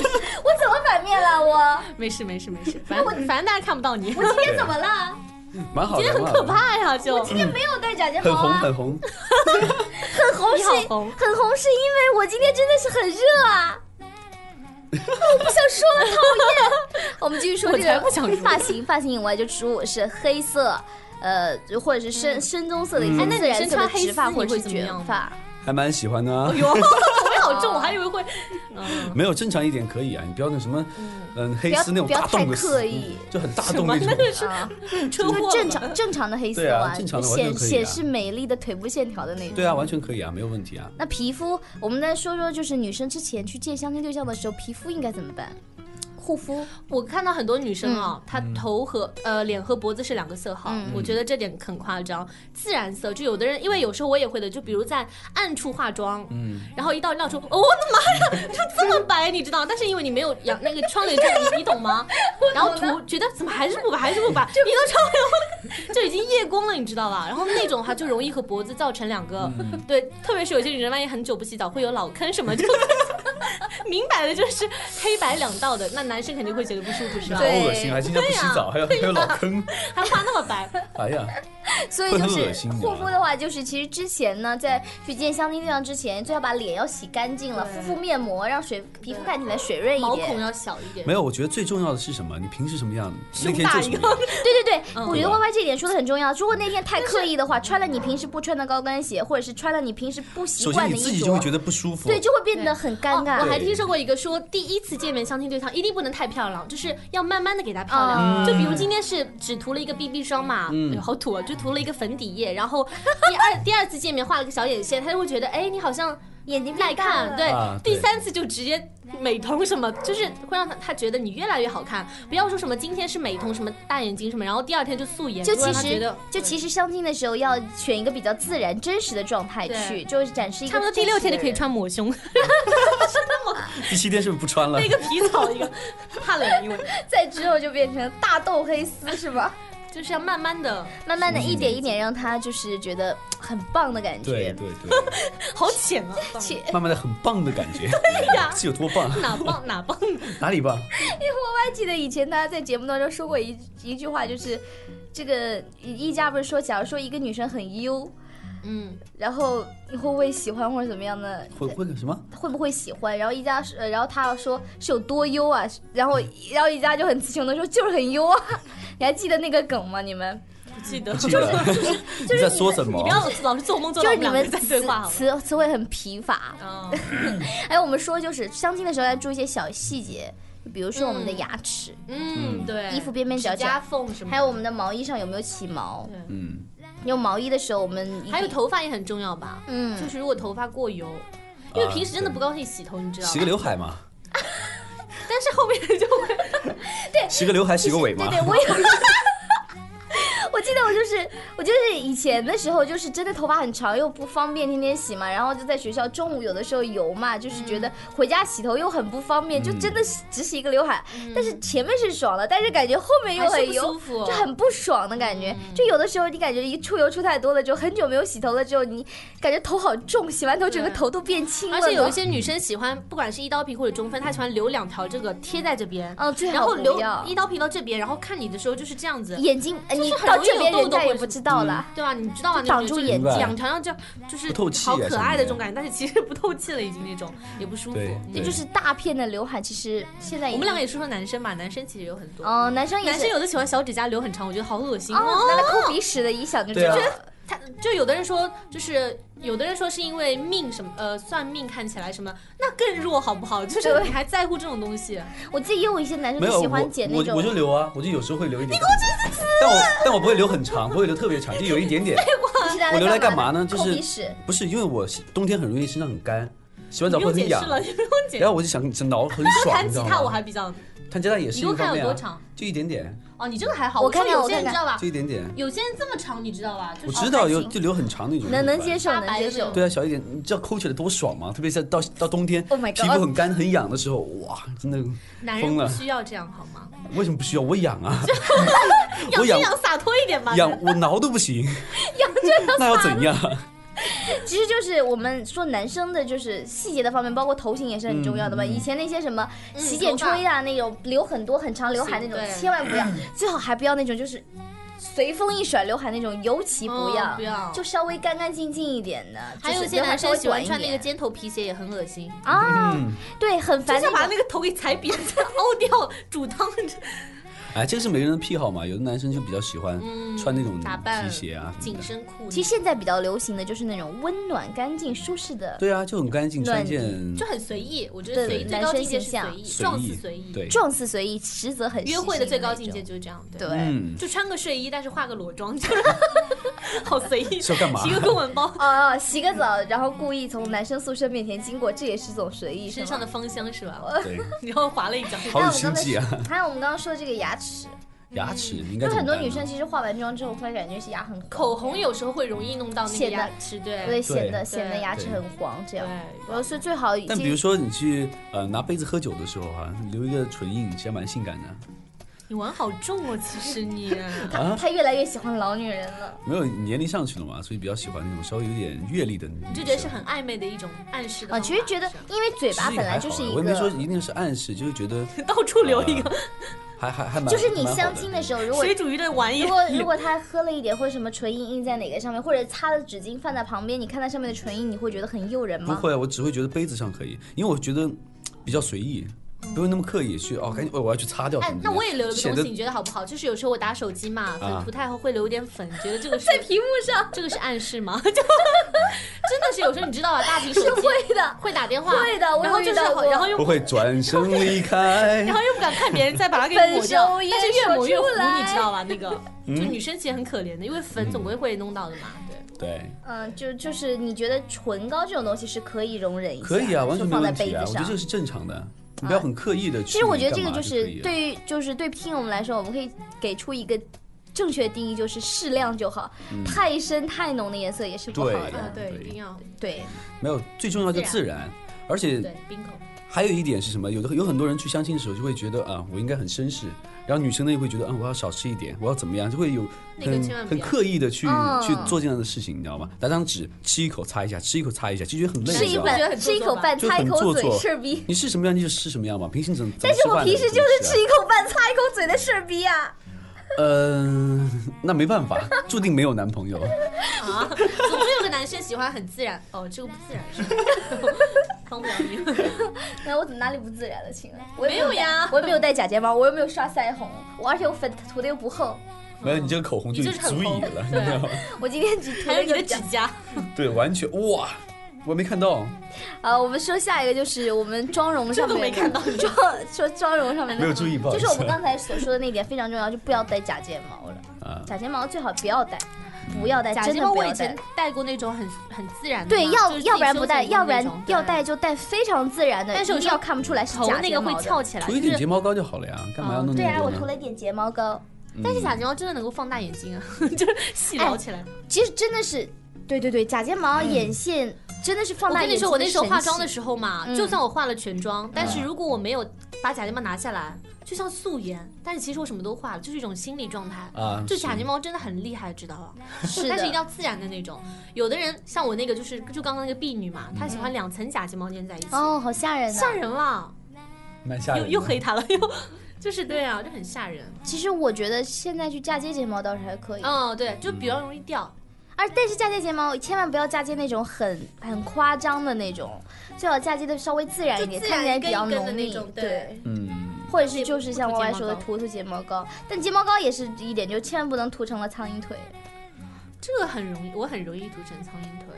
A: 我怎么反面了？我
D: 没事没事没 事，反正反正大家看不到你，
A: 我今天怎么了？
B: 蛮好
D: 今
B: 的，
D: 天很可
B: 蛮好的，
D: 怕呀，就
A: 今天没有戴假睫毛
B: 很红
A: 啊，
B: 很红。
A: 很红
D: 你
A: 是
D: 好红
A: 很红是因为我今天真的是很热啊。我不想说了，讨 厌。我们继续说这
D: 我才
A: 个
D: 不想说
A: 发型，发型以外就除我是黑色，呃，或者是深深棕色的，
B: 嗯
A: 哎，
B: 哎
A: 那
D: 那女生穿黑
A: 直发
D: 丝
A: 或
D: 你
A: 者
D: 会
A: 是
D: 怎么
A: 卷
D: 样
A: 发，
B: 还蛮喜欢的、啊，
D: 哟，味好 重，我还以为会，嗯，
B: 没有正常一点可以啊，你不要那什么，嗯，黑丝那种
A: 不要
B: 大洞
A: 太
B: 的
A: 刻
B: 丝，嗯
A: 意
B: 就很大洞那种，
A: 啊，
D: 车
A: 就
D: 祸了
A: 是正 常正常的黑丝
B: 对啊
A: 袜，
B: 正常的完全
A: 显
B: 可以啊
A: 显示美丽的腿部线条的那种。
B: 对啊，完全可以啊，没有问题啊。
A: 那皮肤，我们再说说，就是女生之前去见相亲对象的时候，皮肤应该怎么办？护肤
D: 我看到很多女生啊，她头和呃脸和脖子是两个色号，我觉得这点很夸张。自然色就有的人，因为有时候我也会的，就比如在暗处化妆，嗯，然后一到亮处，哦，我的妈呀，就这么 白，你知道？但是因为你没有养那个窗帘就你你懂吗？然后涂觉得怎么还是不白，还是不白，你都窗帘我就已经夜光了，你 知道吧？然后那种哈就容易和脖子造成两个，对，特别是有些女人万一很久不洗澡会有老坑什么就。明摆的就是黑白两道的，那男生肯定会觉得不舒服，是吧？
A: 对
B: 好恶心啊！今天不洗澡，还有还有老坑，
D: 还画那么 白，
B: 哎呀，
A: 所以就
B: 会很恶
A: 是
B: 心的
A: 护肤的话，就是其实之前呢，在去见相亲对象之前，最好把脸要洗干净了，敷敷面膜，让水皮肤看起来水润一
D: 毛孔
A: 点。
D: 要小一点
B: 没。有，我觉得最重要的是什么？你平时什么样，那
D: 胸
B: 天
D: 大
B: 就
D: 一
B: 什么
D: 个
B: 样。，
A: 对对对，
D: 嗯
A: 我觉
B: 对
A: 得
B: 吧
A: Y Y 这一点说的很重要。如果那天太刻意的话，穿了你平时不穿的高跟鞋，或者是穿了你平时不习
B: 首
A: 惯
B: 先
A: 的
B: 你自
A: 衣
B: 己就会
A: 着，
B: 觉得不舒服，
A: 对，就会变得很尴
D: 哦我
A: 尬。
D: 还听说过一个说，第一次见面相亲对象一定不能太漂亮，就是要慢慢的给她漂亮。
A: 嗯
D: 就比如今天是只涂了一个 BB 霜嘛，
B: 嗯
D: 哎好土啊，就涂了一个粉底液，然后第二 第二次见面画了个小眼线，他就会觉得，哎，你好像。
A: 眼睛
D: 耐
A: 变大
D: 看，
A: 了
D: 对，
B: 啊对
D: 第三次就直接美瞳什么，就是会让他他觉得你越来越好看。不要说什么今天是美瞳什么大眼睛什么，然后第二天就素颜，
A: 就
D: 会
A: 其
D: 让他觉
A: 实
D: 得，
A: 就其实相亲的时候要选一个比较自然、真实的状态去，
D: 对
A: 就是展示一个。
D: 差不多第六天就可以。穿抹胸，
B: 第七天是不是不穿了
D: 一？个皮草一个， 怕冷，因为
A: 再之后就变成大豆黑丝是吧？
D: 就是要慢慢的，
A: 慢慢的一点一点让他就是觉得很棒的感
B: 对
A: 觉。
B: 对对，
D: 好浅啊，
A: 切，
B: 慢慢的很棒的感觉，是有多棒？
D: 哪棒哪棒，
B: 哪里棒？
A: 还记得以前大家在节目当中说过一一句话，就是这个一家不是说，假如说一个女生很优，
D: 嗯，
A: 然后你会不会喜欢或者怎么 样呢？
B: 会会什么？
A: 会不会喜欢？然后一家，呃然后他要说是有多优啊，然后然后一家就很词穷的说就是很优啊。 你还记得那个梗吗？你们
D: 不记得，
B: 记得？ 你在说什么
D: 不？要老是做梦做到
A: 就是
D: 我
A: 你
D: 两个
A: 们
D: 人在对
A: 词
D: 话好了。
A: 词词汇很疲乏。
D: 嗯，
A: 哎，我们说就是相亲的时候要注意一些小细节，就比如说我们的
D: 嗯
A: 牙齿，
D: 嗯，对，
A: 衣服边边角角
D: 夹缝什么的，
A: 还有我们的毛衣上有没有起毛。
B: 嗯，
A: 用毛衣的时候，我们一
D: 还有
A: 定
D: 头发也很重要吧，
A: 嗯
D: 就是如果头发过油，因为平时真的不高兴洗头，你知道
B: 啊洗个
D: 吧？
B: 刘海嘛，
D: 但 是后面就会
B: 洗个刘海，洗个尾嘛
A: 对，对，我有。我记记得我就是我就是以前的时候，就是真的头发很长又不方便天天洗嘛，然后就在学校中午有的时候油嘛，就是觉
D: 嗯
A: 得回家洗头又很不方便，就真的是只洗一个刘海，但是前面是爽了，但是感觉后面又
D: 嗯还是
A: 很
D: 不
A: 油
D: 舒，服嗯
A: 就很不爽的感觉。就有的时候你感觉一出油出太多了之后，很久没有洗头了之后，你感觉头好重，洗完头整个
D: 对
A: 头都变轻
D: 嗯
A: 了
D: 而
A: 呢。
D: 且有一些女生喜欢，不管是一刀皮或者中分，她喜欢留两条这个贴在这边，
A: 嗯，最
D: 然
A: 好
D: 后
A: 不
D: 留
A: 要
D: 一刀皮到这边，然后看你的时候就是这样子，
A: 眼睛，呃你
D: 很
A: 到
D: 容易
A: 这
D: 有
A: 边
D: 痘
A: 人
D: 痘
A: 家
D: 或
A: 也
D: 者
A: 不
D: 什
A: 知道
B: 嗯
A: 了。
D: 对吧？你知道吗？
A: 就挡住眼睛
D: 两条这样就是
B: 不透气
D: 好
B: 啊
D: 可
B: 什么
D: 爱的
B: 的
D: 这种感觉，但是其实不透气了，已经那种也不舒服。
B: 对
D: 嗯
A: 也就是大片的刘海，其实现在已
D: 我们
A: 经
D: 两个也说说男生吧，男生其实有很多，
A: 哦、男生也
D: 男
A: 是
D: 生有的喜欢小指甲留很长，我觉得好恶心
A: 哦，拿来抠鼻屎的，一想就知
B: 对
A: 道
B: 啊，
D: 他就有的人说，就是有的人说是因为命什么，呃，算命看起来什么，那更弱好不好？就是
A: 对
D: 你还在乎这种东西？
A: 我自己也有一些男生
B: 没有
A: 就喜
B: 我
A: 欢剪那
B: 我
A: 种，
B: 我就留啊，我就有时候会留一点。你给我但我但我不会留很长，不会留特别长，就有一点点。
A: 你是拿
B: 我留来
A: 干
B: 干嘛呢？就
A: 抠鼻
B: 是
A: 屎。
B: 不是因为我冬天很容易身上很干，洗完
D: 你
B: 澡
D: 不
B: 会
D: 用解
B: 很痒
D: 释，了，你不用解释
B: 然。后我就想挠很啊爽，
D: 弹
B: 你知
D: 吉
B: 道
D: 他我
B: 吗？
D: 还比较，
B: 弹吉他也是
D: 一
B: 一
D: 共
B: 方
D: 看有
B: 面
D: 多
B: 啊，
D: 长？
B: 就一点点，
D: 哦，你这个还好，说
A: 我看看
D: 有些人
A: 我看看
D: 知道吧
B: 就？一点点。
D: 有些人这么长，你知道吧？就
B: 我
D: 是
B: 知道有就留很长那种，
A: 能能接
B: 受。
A: 受，
D: 发
A: 能
D: 白
A: 接
D: 的那
A: 受
D: 种。
B: 对啊，小一点，你知道抠起来多爽吗？特别是到到冬天
A: Oh my god
B: 皮肤很干很痒的时候，哇，真的
D: 男人
B: 疯
D: 不
B: 了。
D: 需要这样好吗？
B: 为什么不需要？我痒啊，我
D: 养生
B: 痒
D: 养洒脱一点吧。
B: 痒，我挠都不行， 那要怎样？
A: 其实就是我们说男生的，就是细节的方面，包括头型也是很重要的嘛。
B: 嗯嗯
A: 以前那些什么
D: 嗯
A: 洗剪吹啊，那种留很多很长刘海那种
D: 是，对嗯
A: 千万不要，最好还不要那种就是随风一甩刘海那种，尤其不要，
D: 哦不要
A: 就稍微干干净净一点的。
D: 还有
A: 就
D: 一
A: 是
D: 些
A: 刘海
D: 男
A: 稍
D: 生
A: 微
D: 喜欢
A: 短一
D: 穿那个
A: 点
D: 尖头皮鞋，也很恶心，
A: 啊，对，很
D: 就
A: 烦
D: 像
A: 那
D: 把
A: 种。
D: 那个头给踩扁，再凹掉煮汤。
B: 哎，这个是每个人的癖好嘛，有的男生就比较喜欢穿那
D: 嗯
B: 种
D: 打扮
B: 皮鞋啊什么
D: 紧
B: 的。
D: 身裤，
A: 其实现在比较流行的就是那种温暖、干净、舒适的
B: 对啊，就很干净，
A: 乱
B: 穿件
D: 就很随意。我觉
A: 对
D: 得随意最
A: 男
D: 高
A: 生
D: 境界是
A: 形象
D: 随意，
B: 随
D: 状
B: 意
D: 似随意。
B: 对，
A: 状似随意，实则很
D: 约会的最高境界
A: 就
D: 就是这样，对。
A: 对。
B: 嗯，
D: 就穿个睡衣，但是化个裸妆， 就是好随意。
B: 是要干嘛
D: 提个公文包，
A: 哦，哦洗个澡，然后故意从男生宿舍面前经过，这也是一种随 意。
D: 身上
A: 的，
D: 的芳香是 吧？
B: 对，
D: 然后划了一脚，
B: 好有
A: 还有我们
B: 心
A: 刚才
B: 计啊。
A: 还有我们刚刚说的这个牙齿，
B: 牙齿你应该怎
A: 就
B: 么
A: 很多
B: 办啊
A: 女
B: 呢
A: 生其实化完妆之后，突然感觉是牙很
D: 口红有时候会容易弄到那个
A: 显得
D: 牙齿，
A: 对，
D: 对
A: 显得
D: 对
A: 显得牙齿很黄这
D: 对
A: 样。。然后所以最好已
B: 但比如
A: 经
B: 说你去呃拿杯子喝酒的时候哈、啊留一个唇印，其实蛮性感的。
D: 你玩好重哦，其实 你
B: 啊
A: 她她越来越喜欢老女人了。
B: 没有你年龄上去了嘛，所以比较喜欢那种稍微有点阅历的女生。
D: 你就觉得是很暧昧的一种暗示的方
A: 啊，
D: 法。
A: 其实觉得
D: 是吧，
A: 因为嘴
B: 其
A: 巴
B: 实也
A: 本来
B: 还
A: 就
B: 好
A: 是
B: 啦
A: 一
B: 我也没说
A: 个，
B: 一定是暗示，就是觉得
D: 到处留一个
B: 还还还蛮
A: 就是你
B: 蛮好
A: 相亲的时候，如果
D: 水煮鱼的玩意
A: 如。果如果他喝了一点，或者什么唇印印在哪个上面，或者擦的纸巾放在旁边，你看它上面的唇印，你会觉得很诱人
B: 不
A: 吗？
B: 会，我只会觉得杯子上可以，因为我觉得比较随意，不用那么刻意去哦，赶紧哦，我要去擦掉什
D: 哎
B: 么，之类的。
D: 那我也留一个
B: 显
D: 东
B: 得
D: 西，你觉得好不好？就是有时候我打手机嘛，粉
B: 啊
D: 涂太后会留一点粉，觉得这个是在屏幕上，这个是暗示吗？就 真的是有时候你知道吧，啊大屏手机
A: 会的，
D: 会打电话，
A: 会的我
D: 然后
A: 有
D: 就是
A: 遇到
D: 好
A: 过
D: 然后又
B: 不会转身离 开
D: 然。后又不敢看别人，再把它给抹掉，
A: 分手也
D: 但是越抹越糊
A: 说出，来
D: 你知道吧？那 个
B: 嗯
D: 就女生其实很可怜的，因为粉总归会弄到的嘛。对，
B: 对，
A: 嗯，就就是你觉得唇膏这种东西是可以容忍一下的，
B: 可以啊，完
A: 就
B: 全没
A: 放在
B: 问
A: 杯
B: 题啊，
A: 子
B: 我觉
A: 上啊
B: 得。这是正常的，你不要很刻意的去干嘛就可以了。
A: 其实我觉得这个就是对于就是对听友们来说，我们可以给出一个正确的定义，就是适量就好，
B: 嗯
A: 太深太浓的颜色也是不好
B: 对
A: 的。
D: 啊对，
B: 对
D: 一定要
A: 对，
B: 没有最重要就
D: 自
B: 自然，而且
D: 对冰口。
B: 还有一点是什么？有的有很多人去相亲的时候就会觉得啊，我应该很绅士，然后女生呢又会觉得啊，我要少吃一点，我要怎么样，就会有
D: 那个
B: 很
D: 千万不
B: 很
D: 要
B: 刻意的去、
A: 嗯
B: 去做这样的事情，你知道吗？拿张纸吃一口擦一下，吃一口擦一下，就觉得很累，
A: 吃
B: 你
A: 一
B: 知道吗
D: 觉得
A: 碗
D: 很
A: 吃一
D: 做作
A: 口
D: 吧
A: 饭，
B: 就
A: 擦一
B: 很
A: 口
B: 做
A: 嘴，
B: 作
A: 事儿逼。
B: 你是什么样你就是什么样嘛，平时怎么怎
A: 但
B: 么
A: 是
B: 吃
A: 我
B: 饭的
A: 平时就是吃
B: 怎么
A: 一口饭，擦一口嘴的事儿逼啊。
B: 啊，嗯、那没办法， 注定没有男朋友。
D: 啊， 总会有个男生喜欢很自然。哦，这个不自然是吧？ 帮不了你。
A: 哎，我怎么哪里不自然了？请问，我也
D: 没有呀
A: 戴我也没有戴假睫毛，我又没有刷腮红，我而且我粉涂的又不厚，
B: 没有，你这个口红
D: 你
B: 就
D: 就是很
B: 足以
D: 红
B: 了，你
D: 对
B: 知道吗？
A: 我今天只涂
D: 还
A: 了
D: 有
A: 一
D: 你的
A: 个比较
D: 指。甲，
B: 对，完全哇，我没看到，
A: 啊，我们说下一个就是我们妆容上
D: 这
A: 面
D: 个没看到
A: 妆说妆容上面的
B: 没有注意，不好
A: 就
B: 意
A: 是
B: 思。
A: 我们刚才所说的那一点非常重要，就不要戴假睫毛了。
B: 啊，
A: 假睫毛最好不要戴，
B: 嗯
A: 不要戴，
D: 假
A: 呃真
D: 睫
A: 的
D: 毛
A: 不
D: 我
A: 要
D: 以
A: 戴
D: 前。戴过那种很很自然的
A: 对，
D: 嘛，就
A: 要
D: 是自己
A: 要不然不
D: 修
A: 戴，
D: 剪的
A: 要不然
D: 那种
A: 要戴，就戴非常自然的，
D: 但是
A: 一
D: 有时
A: 定
D: 候
A: 要看不出来是
D: 头
A: 假
D: 那
A: 睫
D: 个会
A: 毛的。
D: 翘起来，
B: 涂一
D: 就
B: 点
D: 是
B: 睫毛膏就好了呀，干嘛要弄那
A: 对
B: 么
A: 啊，
B: 多
A: 我
B: 呢
A: 涂了一点睫毛膏，
D: 但
B: 嗯
D: 是假睫毛真的能够放大眼睛啊， 就是
A: 哎
D: 细聊起来。
A: 其实真的是，对对对，假睫毛、眼线真的是放
D: 我
A: 大
D: 跟
A: 眼
D: 你
A: 睛
D: 说，
A: 的
D: 我那时候化妆的
A: 神
D: 时候嘛，
A: 嗯
D: 就算我化了全妆，但
B: 嗯
D: 是如果我没有把假睫毛拿下来，就像素颜。但是其实我什么都化了，就是一种心理状态。
B: 啊，
D: 就假
B: 是
D: 睫毛真的很厉害，知道吧？
A: 器是
D: 但是一定
A: 的，
D: 要自然的那种。有的人像我那个，就是就刚刚那个婢女嘛，她喜欢两层假睫毛粘在一起，
A: 嗯哦，好吓人啊！
D: 吓人了，
B: 蛮吓人
D: 又
B: 啊的，
D: 又黑她了，又 就是对啊，就很吓人。
A: 其实我觉得现在去嫁接睫毛倒是还可以，
D: 嗯，对，就比较容易掉。
A: 而但是嫁接睫毛千万不要嫁接那种很很夸张的那种，最好嫁接的稍微自然一点，
D: 就自
A: 看
D: 然
A: 起来比较
D: 一根一根的
A: 浓
D: 那
A: 密
D: 种，对
A: 对。
B: 嗯，
A: 或者是就是像歪歪说的
D: 不
A: 涂涂睫毛膏，但睫毛膏也是一点，就千万不能涂成了苍蝇腿。
D: 这个很容易，我很容易涂成苍蝇腿。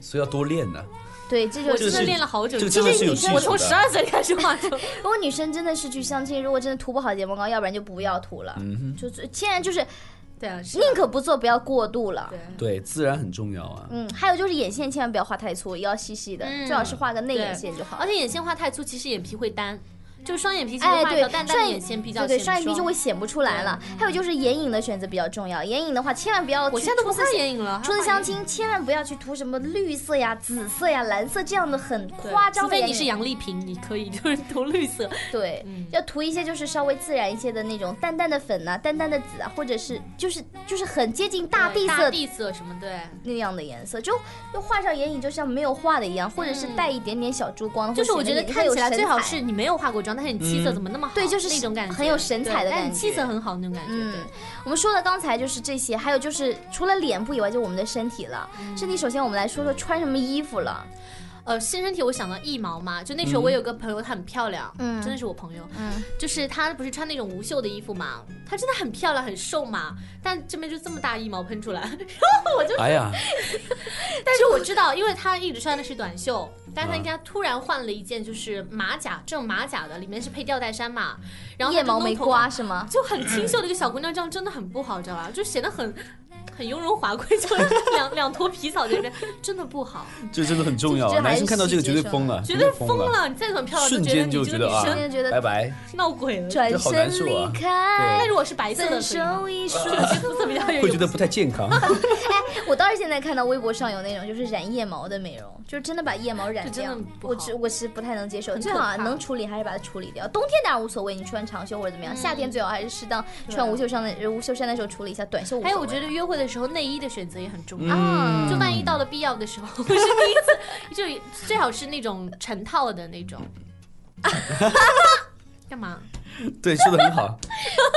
B: 所以要多练啊呢。
A: 对，这
D: 我
A: 就
B: 这
D: 真
B: 个
D: 的
B: 是
D: 练了好久，
B: 这个
D: 其
B: 真
D: 实
B: 的是有
A: 女
B: 技
A: 生
B: 术
D: 我从
B: 的。
D: 十二岁开始化妆。
A: 如果女生真的是去相亲，如果真的涂不好睫毛膏，要不然就不要涂了。
B: 嗯哼，
A: 就最既然就是
D: 对啊，是
A: 宁可不做，不要过度了。
D: 对。啊
B: 对，自然很重要啊。
A: 嗯，还有就是眼线千万不要画太粗，也要细细的，
D: 嗯
A: 最好是画个内眼
D: 对
A: 线就好
D: 而
A: 了。
D: 且眼线画太粗，其实眼皮会单，就是双眼皮其实画
A: 哎，
D: 一
A: 对
D: 条，淡淡
A: 双
D: 的眼线比较
A: 对对，
D: 显
A: 双眼皮就
D: 双
A: 会。显不出来了。还有就是眼影的选择比较重要，眼影的话千万不要去。
D: 我现在都不画
A: 初次
D: 眼影了，
A: 初次相亲千万不要去涂什么绿色呀、紫色呀、蓝色这样的很
D: 对
A: 夸张
D: 除
A: 的
D: 非
A: 眼
D: 你是嗯
A: 影。
D: 杨丽萍，你可以就是涂绿色。
A: 对，要涂一些就是稍微自然一些的那种淡淡的粉呐、淡淡的紫啊，或者是就是就是很接近大地色
D: 大地色什么对，
A: 那样的颜色，就就画上眼影就像没有画的一样，或者是带一点点小珠光，
D: 嗯就是我
A: 会
D: 觉
A: 显
D: 得
A: 你
D: 看
A: 很有
D: 起来最好
A: 神采
D: 是你没有化过妆，但是你气色怎么那么好？
A: 对就是
D: 那种感觉，
A: 很有神采
D: 对
A: 的
D: 但
A: 感
D: 你气
A: 觉
D: 色很好那种感觉。
A: 嗯
D: 对，
A: 我们说了刚才就是这些，还有就是除了脸部以外，就是我们的身体了。
D: 嗯
A: 身体首先我们来说说穿什么衣服了。
D: 呃，新身体我想到腋毛嘛，就那时候我有个朋友，她很漂亮，真的是我朋友，
A: 嗯
D: 就是她不是穿那种无袖的衣服嘛，她真的很漂亮，很瘦嘛，但这边就这么大腋毛喷出来，
B: 哎呀，
D: 但是我知道，因为她一直穿的是短袖，但是她应该突然换了一件就是马甲正马甲的，里面是配吊带衫嘛，然后她
A: 腋
D: 就
A: 毛
D: 弄
A: 没
D: 头
A: 刮
D: 发，
A: 是吗？
D: 就很清秀的一个小姑娘，这样真的很不好，知 道吧？就显得很。很雍容华贵，就 两两坨皮草在这边，真的不好，
B: 这真的很重
A: 这
B: 要。啊
A: 这还
B: 男生
A: 是
B: 看到这个
A: 细节
B: 绝对
A: 上
B: 疯了，
D: 啊绝
B: 对
D: 对疯
B: 了，
D: 了！你再怎么漂亮，都
B: 瞬
D: 觉得
B: 间
D: 你
B: 就
D: 这
B: 觉
D: 个
B: 得
D: 女
B: 啊
D: 生哎
A: 现在觉，得
B: 拜拜。
D: 闹鬼了。
A: 转
B: 这好
A: 身
B: 难受
A: 离
B: 啊
A: 开
D: 但，如果是白色的
A: 分
D: 可以吗，
A: 手一瞬
D: 就特别让人
B: 会觉得不太 健康。
A: 我倒是现在看到微博上有那种就是染腋毛的美容，就是真的把腋毛染
D: 这真
A: 掉
D: 的。不好
A: 我只我是不太能接受，
D: 很
A: 最
D: 可
A: 好啊
D: 怕
A: 能处理还是把它处理掉。冬天当然无所谓，你穿长袖或者怎
D: 嗯
A: 么样，夏天最好还是适当穿无袖衫的无袖衫的时候处理一下，短袖无所谓。
D: 还有，我觉得约会的时候内衣的选择也很重
B: 嗯
D: 要。
A: 啊，
D: 就万一到了必要的 时候，不是第一次，就最好是那种成套的那 种。干嘛？
B: 对，说的 很好，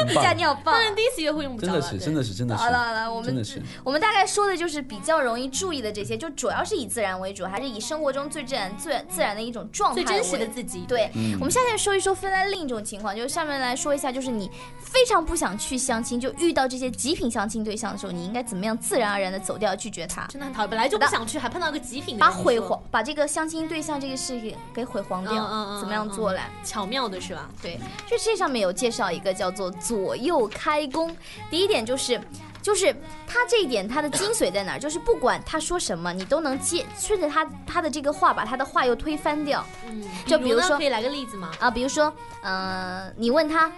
B: 很
A: 吓
B: 棒，
A: 尿棒
D: 当。然第一次约会用不
B: 真
D: 着
B: 的
D: 了。
B: 是，
D: 对
B: 真的是，真的是
A: 好。了好了，我
B: 真
A: 们
B: 的是
A: 我们大概说的就是比较容易注意的这些，就主要是以自然为主，还是以生活中最自然、最自然的一种状态
D: 最
A: 为
D: 真实的自己。
A: 对，我们下面说一说分来另一种情况，就是下面来说一下，就是你非常不想去相亲，就遇到这些极品相亲对象的时候，你应该怎么样自然而然的走掉，拒绝他，
D: 真的很讨厌，本来就不想去，还碰到个极品的
A: 把
D: 人，
A: 毁
D: 你说
A: 黄，把这个相亲对象这个事情给毁黄掉，
D: 嗯嗯嗯
A: 怎么样做来？
D: 巧妙的是吧？
A: 对，就这上面有介绍一个叫做左右开弓。第一点就是，就是他这一点他的精髓在哪儿？就是不管他说什么，你都能接顺着他他的这个话，把他的话又推翻掉
D: 嗯，
A: 就比如
D: 呢
A: 说
D: 可以来个例子吗？
A: 啊。比如说，呃，你问他。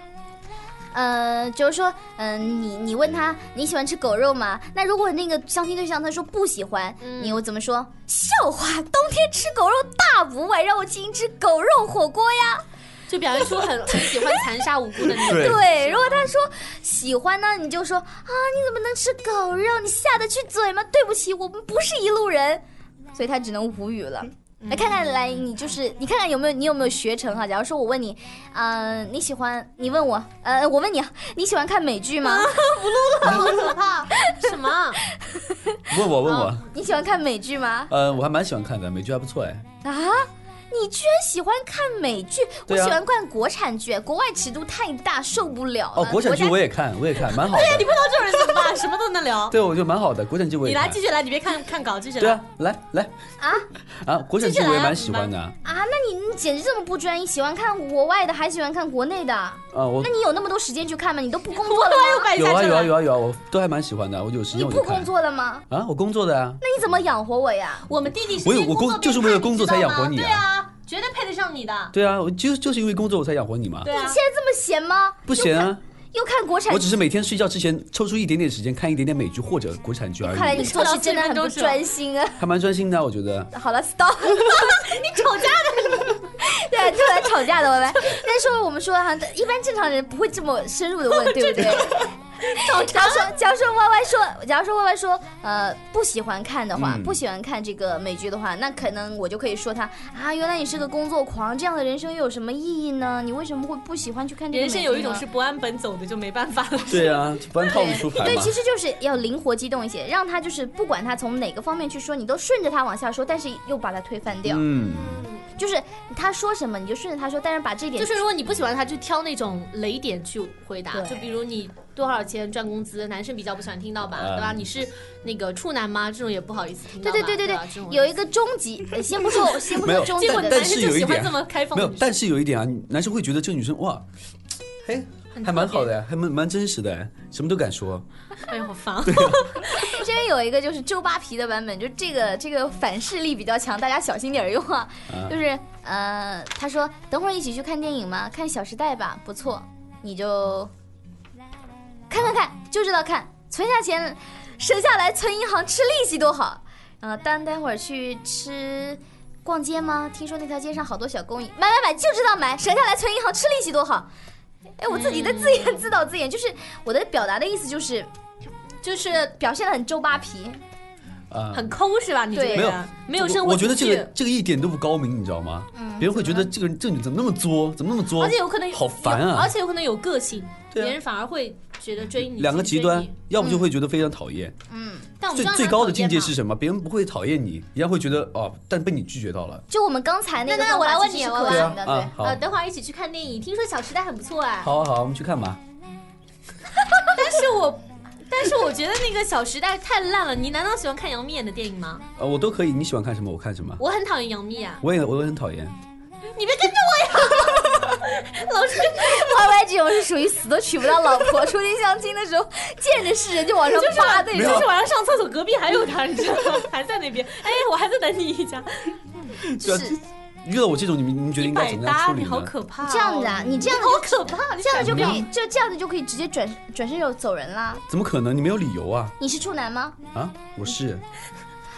A: 呃，就是说，嗯、你你问他你喜欢吃狗肉吗？那如果那个相亲对象他说不喜欢，你又怎么说？ 笑话，冬天吃狗肉大补碗，让我吃一只狗肉火锅呀！
D: 就表现出很很喜欢残杀无辜的那种。
B: 对
A: 对，如果他说喜欢呢，你就说啊，你怎么能吃狗肉？你下得去嘴吗？对不起，我们不是一路人，所以他只能无语了。来看看，来你就是你看看有没有你有没有学成哈、假如说我问你，呃，你喜欢你问我，呃，我问你啊，你喜欢看美剧吗？
D: 好可怕！ 什么？
B: 问我问我，
A: 你喜欢看美剧吗？
B: 呃，我还蛮喜欢看的，美剧还不错哎。
A: 啊，你居然喜欢看美剧？我
B: 对啊
A: 喜欢看国产剧，国外尺度太大，受不了了。
D: 呃
B: 哦，国产剧
A: 家
B: 我也看，我也看， 蛮好的。
D: 碰到这种人怎么 办？什么都能聊。
B: 对，我觉得蛮好的，国产剧我
D: 你
B: 也
D: 来，
B: 看
D: 继。续来，你别看看稿，继续
B: 对
D: 来。
B: 啊，来来
A: 啊
B: 啊，国产
D: 继
B: 剧
D: 续
B: 我也
D: 来啊
B: 蛮喜欢的啊。
A: 啊，那你你简直这么不专一，喜欢看国外的，还喜欢看国内的，
B: 啊我
A: 那你有那么多时间去看吗？你都不工
D: 我
A: 作了
D: 又
A: 吗？
D: 摆一
B: 有
D: 下
B: 啊
D: 这
B: 有啊有
D: 个。
B: 啊有啊，我都还蛮喜欢的，我有时
A: 你
B: 间我就
A: 不工
B: 看。
A: 作了吗？
B: 啊，我工作的啊。
A: 那你怎么养活我呀？
D: 我们弟弟是
B: 我有
D: 边
B: 我工
D: 作边
B: 就是为了
D: 看
B: 工作
D: 知道
B: 才养活
D: 吗
B: 你啊
D: 对啊，绝对配得上你的。
B: 对啊，我就就是因为工作我才养活你嘛。
D: 对
A: 你
D: 啊
A: 现，在这么闲吗？
B: 不闲啊，
A: 又看国产
B: 我只是每天睡觉之前抽出一点点时间看一点点美剧或者国产剧而
A: 看来你
B: 已，
A: 做事真的很不专心啊！
B: 还蛮专心的，我觉得。
A: 好了，stop，你 吵架的，对，突然吵架的拜拜。但是我们说哈，一般正常人不会这么深入的问，对不对？假如说，假如说 Y Y 说，假如说 Y Y 说，呃，不喜欢看的话，
B: 嗯
A: 不喜欢看这个美剧的话，那可能我就可以说他啊，原来你是个工作狂，这样的人生又有什么意义呢？你为什么会不喜欢去看这个
D: 人
A: 美剧
D: 生
A: 呢？
D: 有一种是不按本走的，就没办法了。
B: 对啊，不按套路出牌
A: 对，
B: 嘛
A: 其。实就是要灵活机动一些，让他就是不管他从哪个方面去说，你都顺着他往下说，但是又把他推翻掉。
B: 嗯，
A: 就是他说什么你就顺着他说，但是把这点
D: 就是如果你不喜欢他，就挑那种雷点去回答，
A: 对
D: 就比如你多少钱赚工资，男生比较不喜欢听到吧，
B: 嗯
D: 对吧？你是那个处男吗？这种也不好意思听到
A: 对
D: 吧。
A: 对对对
D: 吧这
A: 对
D: 种，
A: 有一个终极，呃先不 说，先不
B: 没
A: 说
B: 有
A: 终极
D: 结果
A: 的
D: 男
B: 但
D: 生
B: 是
D: 就
B: 有一
D: 喜欢
B: 点
D: 这么开放
B: 没
D: 的
B: 有
D: 女，生，
B: 但是有一点啊，男生会觉得这个女生哇，嘿，还蛮好的，还蛮蛮真实的，什么都敢说。
D: 哎呦好烦。
A: 之前有一个就是周扒皮的版本，就这个这个反噬力比较强，大家小心点儿用啊。
B: 啊
A: 就是呃，他说等会儿一起去看电影吗？看《小时代》吧，不错，你就看看看，就知道看，存下钱，省下来存银行吃利息多好。呃，丹待会儿去吃。逛街吗？听说那条街上好多小公益，买买买就知道买，省下来存银行吃利息多好。哎，我自己在自言自导自演，就是我的表达的意思就是，就是表现的很周扒皮，
B: 啊，
D: 很抠是吧？你这个
A: 对
B: 没有
D: 人没有生活
B: 我我觉得
D: 情
B: 这个
D: 趣嗯
B: 这个一点都不高明，你知道吗？别人会觉得这个这个女怎么那么作，怎么那么作？
D: 而且有可能有
B: 哦好烦
D: 有
B: 啊
D: 而！且有可能有个性，
B: 对啊
D: 别人反而会觉得追你
B: 两个极端
D: 追你，嗯
B: 要不就会觉得非常讨厌。
D: 但我们知
B: 最
D: 道他
B: 最高的
D: 讨
B: 境
D: 厌
B: 界
D: 嘛
B: 是什么？别人不会讨厌你，人家会觉得哦，但被你拒绝到了。
A: 就我们刚才那个
D: 那那
A: 方
D: 我
A: 法
D: 来问
A: 其
D: 你
A: 实是
D: 我
A: 可
D: 来
A: 行的，对
B: 啊，，好，
D: 呃，等会儿一起去看电影，听说《小时代》很不错啊。
B: 好啊好啊，我们去看吧。
D: 但是我，但是我觉得那个《小时代》太烂了。你难道喜欢看杨幂演的电影吗？
B: 呃，我都可以，你喜欢看什么我看什么。
D: 我很讨厌杨幂啊！
B: 我也我也很讨厌，
D: 你别跟着我呀，老是
A: Y Y 这种是属于死都娶不到老婆，出去相亲的时候见着是人就往上扒那
D: 就
B: 啊
A: 种。
D: 是晚上上厕所隔壁还有她，你知道吗？ 还在 那边。哎，我还在等你一家，
A: 就是
B: 对啊遇到我这种，你们你们觉得
D: 你
B: 应该
D: 百
B: 怎么样处
D: 搭，
B: 理
D: 你好
B: 呢？
D: 可怕哦、
A: 这样子啊你这样
D: 你
A: 子
D: 好
A: 就
D: 可怕，你
A: 这样
D: 想
A: 就可
D: 不
A: 以，就这样子就可以直接转转身就走人啦。
B: 怎么可能？你没有理由啊
A: 你是处男吗？
B: 啊！我是，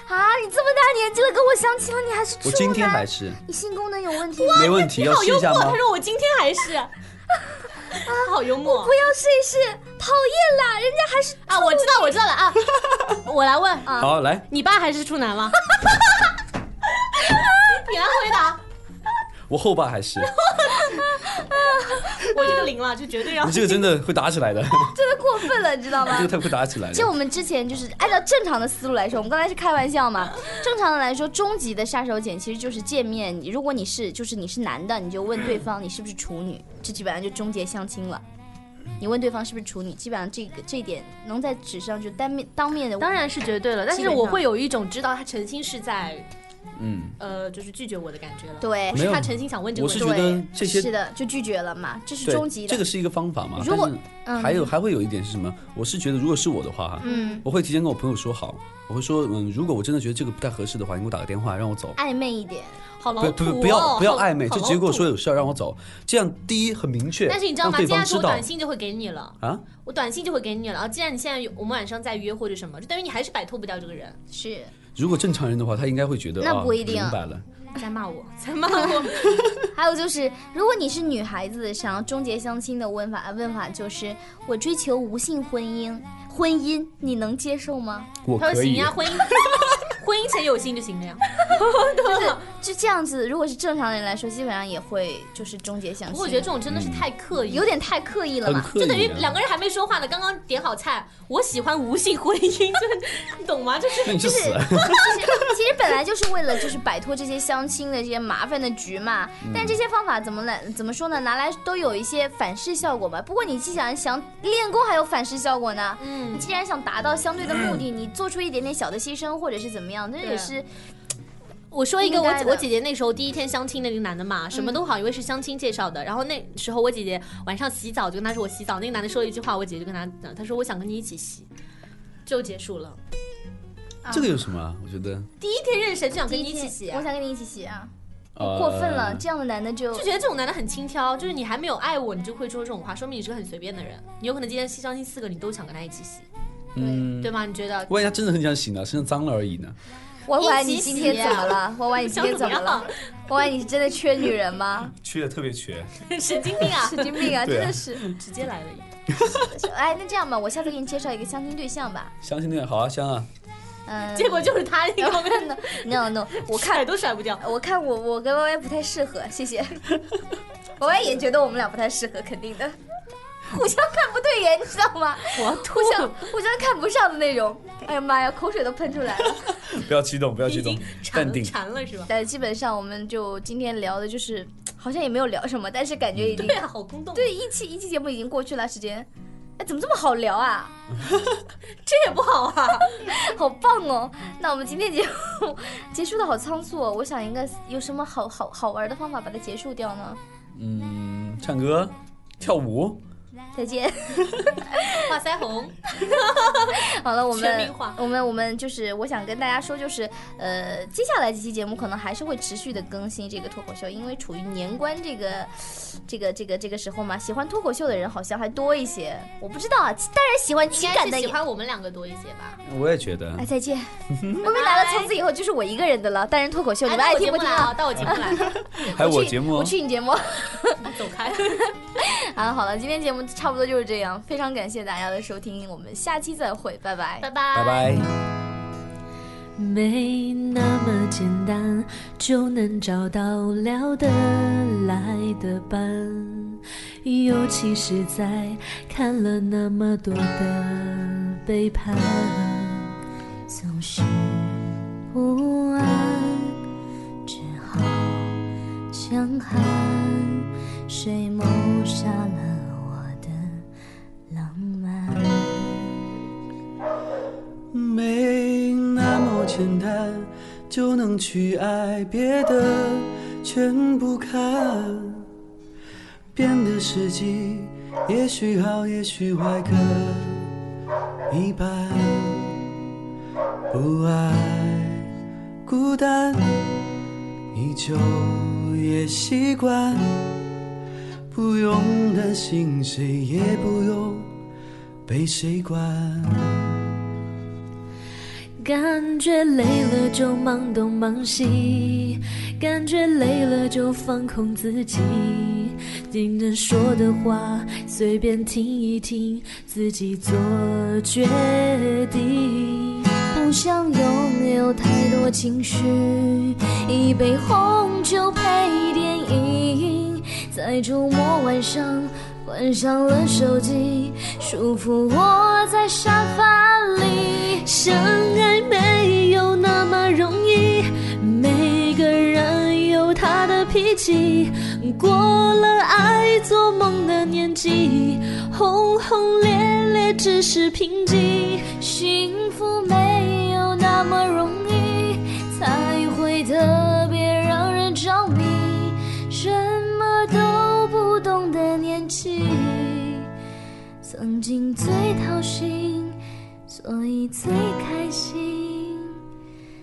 A: 啊，你这么大年纪了跟我相亲了，你还是处
B: 我
A: 男？
B: 今天还是
A: 你性功能有问题吗？
B: 没问题，
D: 你
B: 要
D: 好
B: 试一
D: 幽
B: 下
D: 默，
B: 吗
D: 他？说我今天还 是。啊，好幽默
A: 不要试一试，讨厌啦，人家还是
D: 啊！我知道，我知道了啊！我来问啊，
B: 好，来，
D: 你爸还是处男 吗？你来回答，
B: 我后爸 还是，
D: 我这个零了，就绝对要
B: 你这个真的会打起来的， 你
A: 真的过分了，你知道吗
B: 这个？太会打起来
A: 就我
B: 了。
A: 们之前就是按照正常的思路来说，我们刚才是开玩笑嘛。正常的来说，终极的杀手锏其实就是见面。你如果你是就是你是男的，你就问对方你是不是处女，这基本上就终结相亲了。你问对方是不是处女，基本上这个这一点能在纸上就当面当面的。
D: 当然是绝对了，但
A: 基
D: 是
A: 本上
D: 我会有一种知道他诚心是在
B: 嗯，
D: 呃，就是拒绝我的感觉了。，
A: 对
D: 不
B: 没
D: 是
B: 有
D: 他诚心想问这个
B: 我
D: 问
B: 是
D: 题
B: 觉。得这
A: 对，
B: 些
A: 是的，就拒绝了嘛，这是
B: 对，
A: 终极的。
B: 这个是一个方法嘛。
A: 如果
B: 但
A: 嗯
B: 是还有、还会有一点是什么？我是觉得如果是我的话，
A: 嗯
B: 我会提前跟我朋友说好，我会说，嗯，如果我真的觉得这个不太合适的话，你给我打个电话让我走。
A: 暧昧一点，
D: 好老
B: 不
D: 土、哦，
B: 不不要不要
D: 好
B: 暧昧，
D: 好
B: 就
D: 老
B: 直接跟我
D: 土
B: 说有事儿让我走，这样第一很明确，
D: 但是你知道吗？
B: 让
D: 接
B: 对
D: 下
B: 方
D: 去
B: 知
D: 我
B: 道
D: 短信就会给你了，
B: 啊，
D: 我短信就会给你了。啊，既然你现在有我们晚上再约或者什么，就等于你还是摆脱不掉这个人。
A: 是
B: 如果正常人的话，他应该会觉得
A: 那
B: 啊
A: 不一定
B: 明白了，
D: 在骂我，在骂我。
A: 还有就是，如果你是女孩子，想要终结相亲的问法问法就是：我追求无性婚姻，婚姻你能接受吗？
B: 我
D: 他说
B: 可
D: 行
B: 以
D: 呀、。啊婚姻 婚姻前有性就行了呀。
A: 就这样子，如果是正常人来说，基本上也会就是终结相
D: 不
A: 亲。
D: 过我觉得这种真的是太刻意，
A: 有点太刻意了
B: 很
A: 嘛。
B: 嗯刻
D: 就等于
B: 意啊，
D: 两个人还没说话呢，刚刚点好菜，我喜欢无性婚姻，就是你懂吗？就是啊
B: 那你去死！
A: 其实其实本来就是为了就是摆脱这些相亲的这些麻烦的局嘛。但这些方法怎么来怎么说呢？拿来都有一些反噬效果吧。不过你既然想练功，还有反噬效果呢。你
D: 嗯，
A: 既然想达到相对的目的，你做出一点点小的牺牲或者是怎么样，那也
D: 对
A: 是
D: 我说一个我
A: 应该的
D: 我姐姐那时候第一天相亲那个男的嘛，什么都好，因为是相亲介绍的。然后那时候我姐姐晚上洗澡就跟他说我洗澡，那个男的说了一句话，我姐姐就跟他讲，他说我想跟你一起洗，就结束了。
B: 这个有什么啊？我觉得
D: 第一天认识谁就想跟你一起洗
A: 我
D: 啊？
A: 想跟你一起洗啊。我
B: 呃
A: 过分了，这样的男的就
D: 就觉得这种男的很轻佻，就是你还没有爱我，你就会说这种话，说明你是个很随便的人。你有可能今天西装新四个，你都想跟他一起洗，
B: 嗯，
D: 对吗？你觉得？哎
B: 万一他真的很想洗呢，身上脏了而已呢。
A: 歪歪，
D: 一起啊
A: 你今天
D: 洗
A: 怎么了？歪歪，你今天怎么了？歪歪，你是真的缺女 人吗？
E: 缺的特别缺，
D: 神经病 啊！
A: 神经病啊，真
E: 对啊
A: 的是。
D: 直接来了一个。
A: 哎，那这样吧，我下次给你介绍一个相亲对象吧。
B: 相亲对象好啊，香啊，
A: 嗯，
D: 结 果就是他一方面
A: no no，我
D: 甩
A: 看
D: 都甩不掉。
A: 我看我我跟 Y Y 不太适合，谢谢。Y Y 也觉得我们俩不太适合，肯定的， 互相看不对眼，你知道吗？
D: 我
A: 互 相互相看不上的那种。哎呀妈呀，口水都喷出来了。
E: 不要激动，不要激
D: 已
E: 动
D: 经，
B: 淡
D: 馋
B: 定
D: 馋了是吧？
A: 但基本上我们就今天聊的就是，好像也没有聊什么，但是感觉已经
D: 对啊，好空洞。
A: 对，一期一期节目已经过去了，时间，哎，怎么这么好聊啊？
D: 这也不好啊。
A: 好棒哦！那我们今天节目结束的好仓促哦，我想应该有什么好好好玩的方法把它结束掉呢？
B: 嗯，唱歌、跳舞，
A: 再见。
D: 画腮红，
A: 好了，我
D: 全
A: 们
D: 民化
A: 我们我们就是我想跟大家说，就是呃，接下来几期节目可能还是会持续的更新这个脱口秀，因为处于年关这个这个这个这个时候嘛，喜欢脱口秀的人好像还多一些，我不知道啊，当然喜欢情
D: 应该
A: 感
D: 是
A: 的
D: 喜
A: 也。
D: 欢我们两个多一些吧。
B: 我也觉得
A: 哎，。再见！我们来了，从此以后就是我一个人的了。单人脱口秀，你们爱听不听啊？
D: 哎到我节目来啊，到我节目来，
B: 还有
A: 我
B: 我
A: 去
B: 节目
A: 我
B: 哦，
A: 去你节目。
D: 走开。
A: 啊，好了，今天节目差不多就是这样，非常感谢大家的收听，我们下期再会，拜拜。
D: 拜
B: 拜
D: 拜。
B: 拜。
C: 没那么简单就能找到聊得来的伴，尤其是在看了那么多的背叛，总是不安，只好强悍。谁谋杀了我的浪漫？
F: 没那么简单就能去爱，别的全不看。变得实际，也许好，也许坏，各一半。不爱孤单，依旧也习惯。不用担心谁，也不用被谁管。
C: 感觉累了就忙东忙西，感觉累了就放空自己。听人说的话随便听一听，自己做决定。不想拥有太多情绪，一杯红酒配电影，在周末晚上关上了手机，舒服窝在沙发里。相爱没有那么容易，每个人有他的脾气。过了爱做梦的年纪，轰轰烈烈只是平静。幸福没有那么容易，才会特别让人着迷。什么都不懂的年纪，曾经最掏心。所以最开心，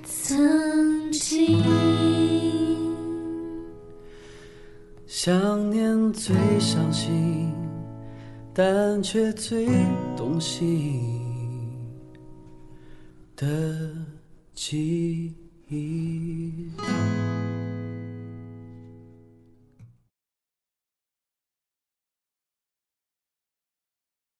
C: 曾经。
F: 想念最伤心，但却最动心的记忆。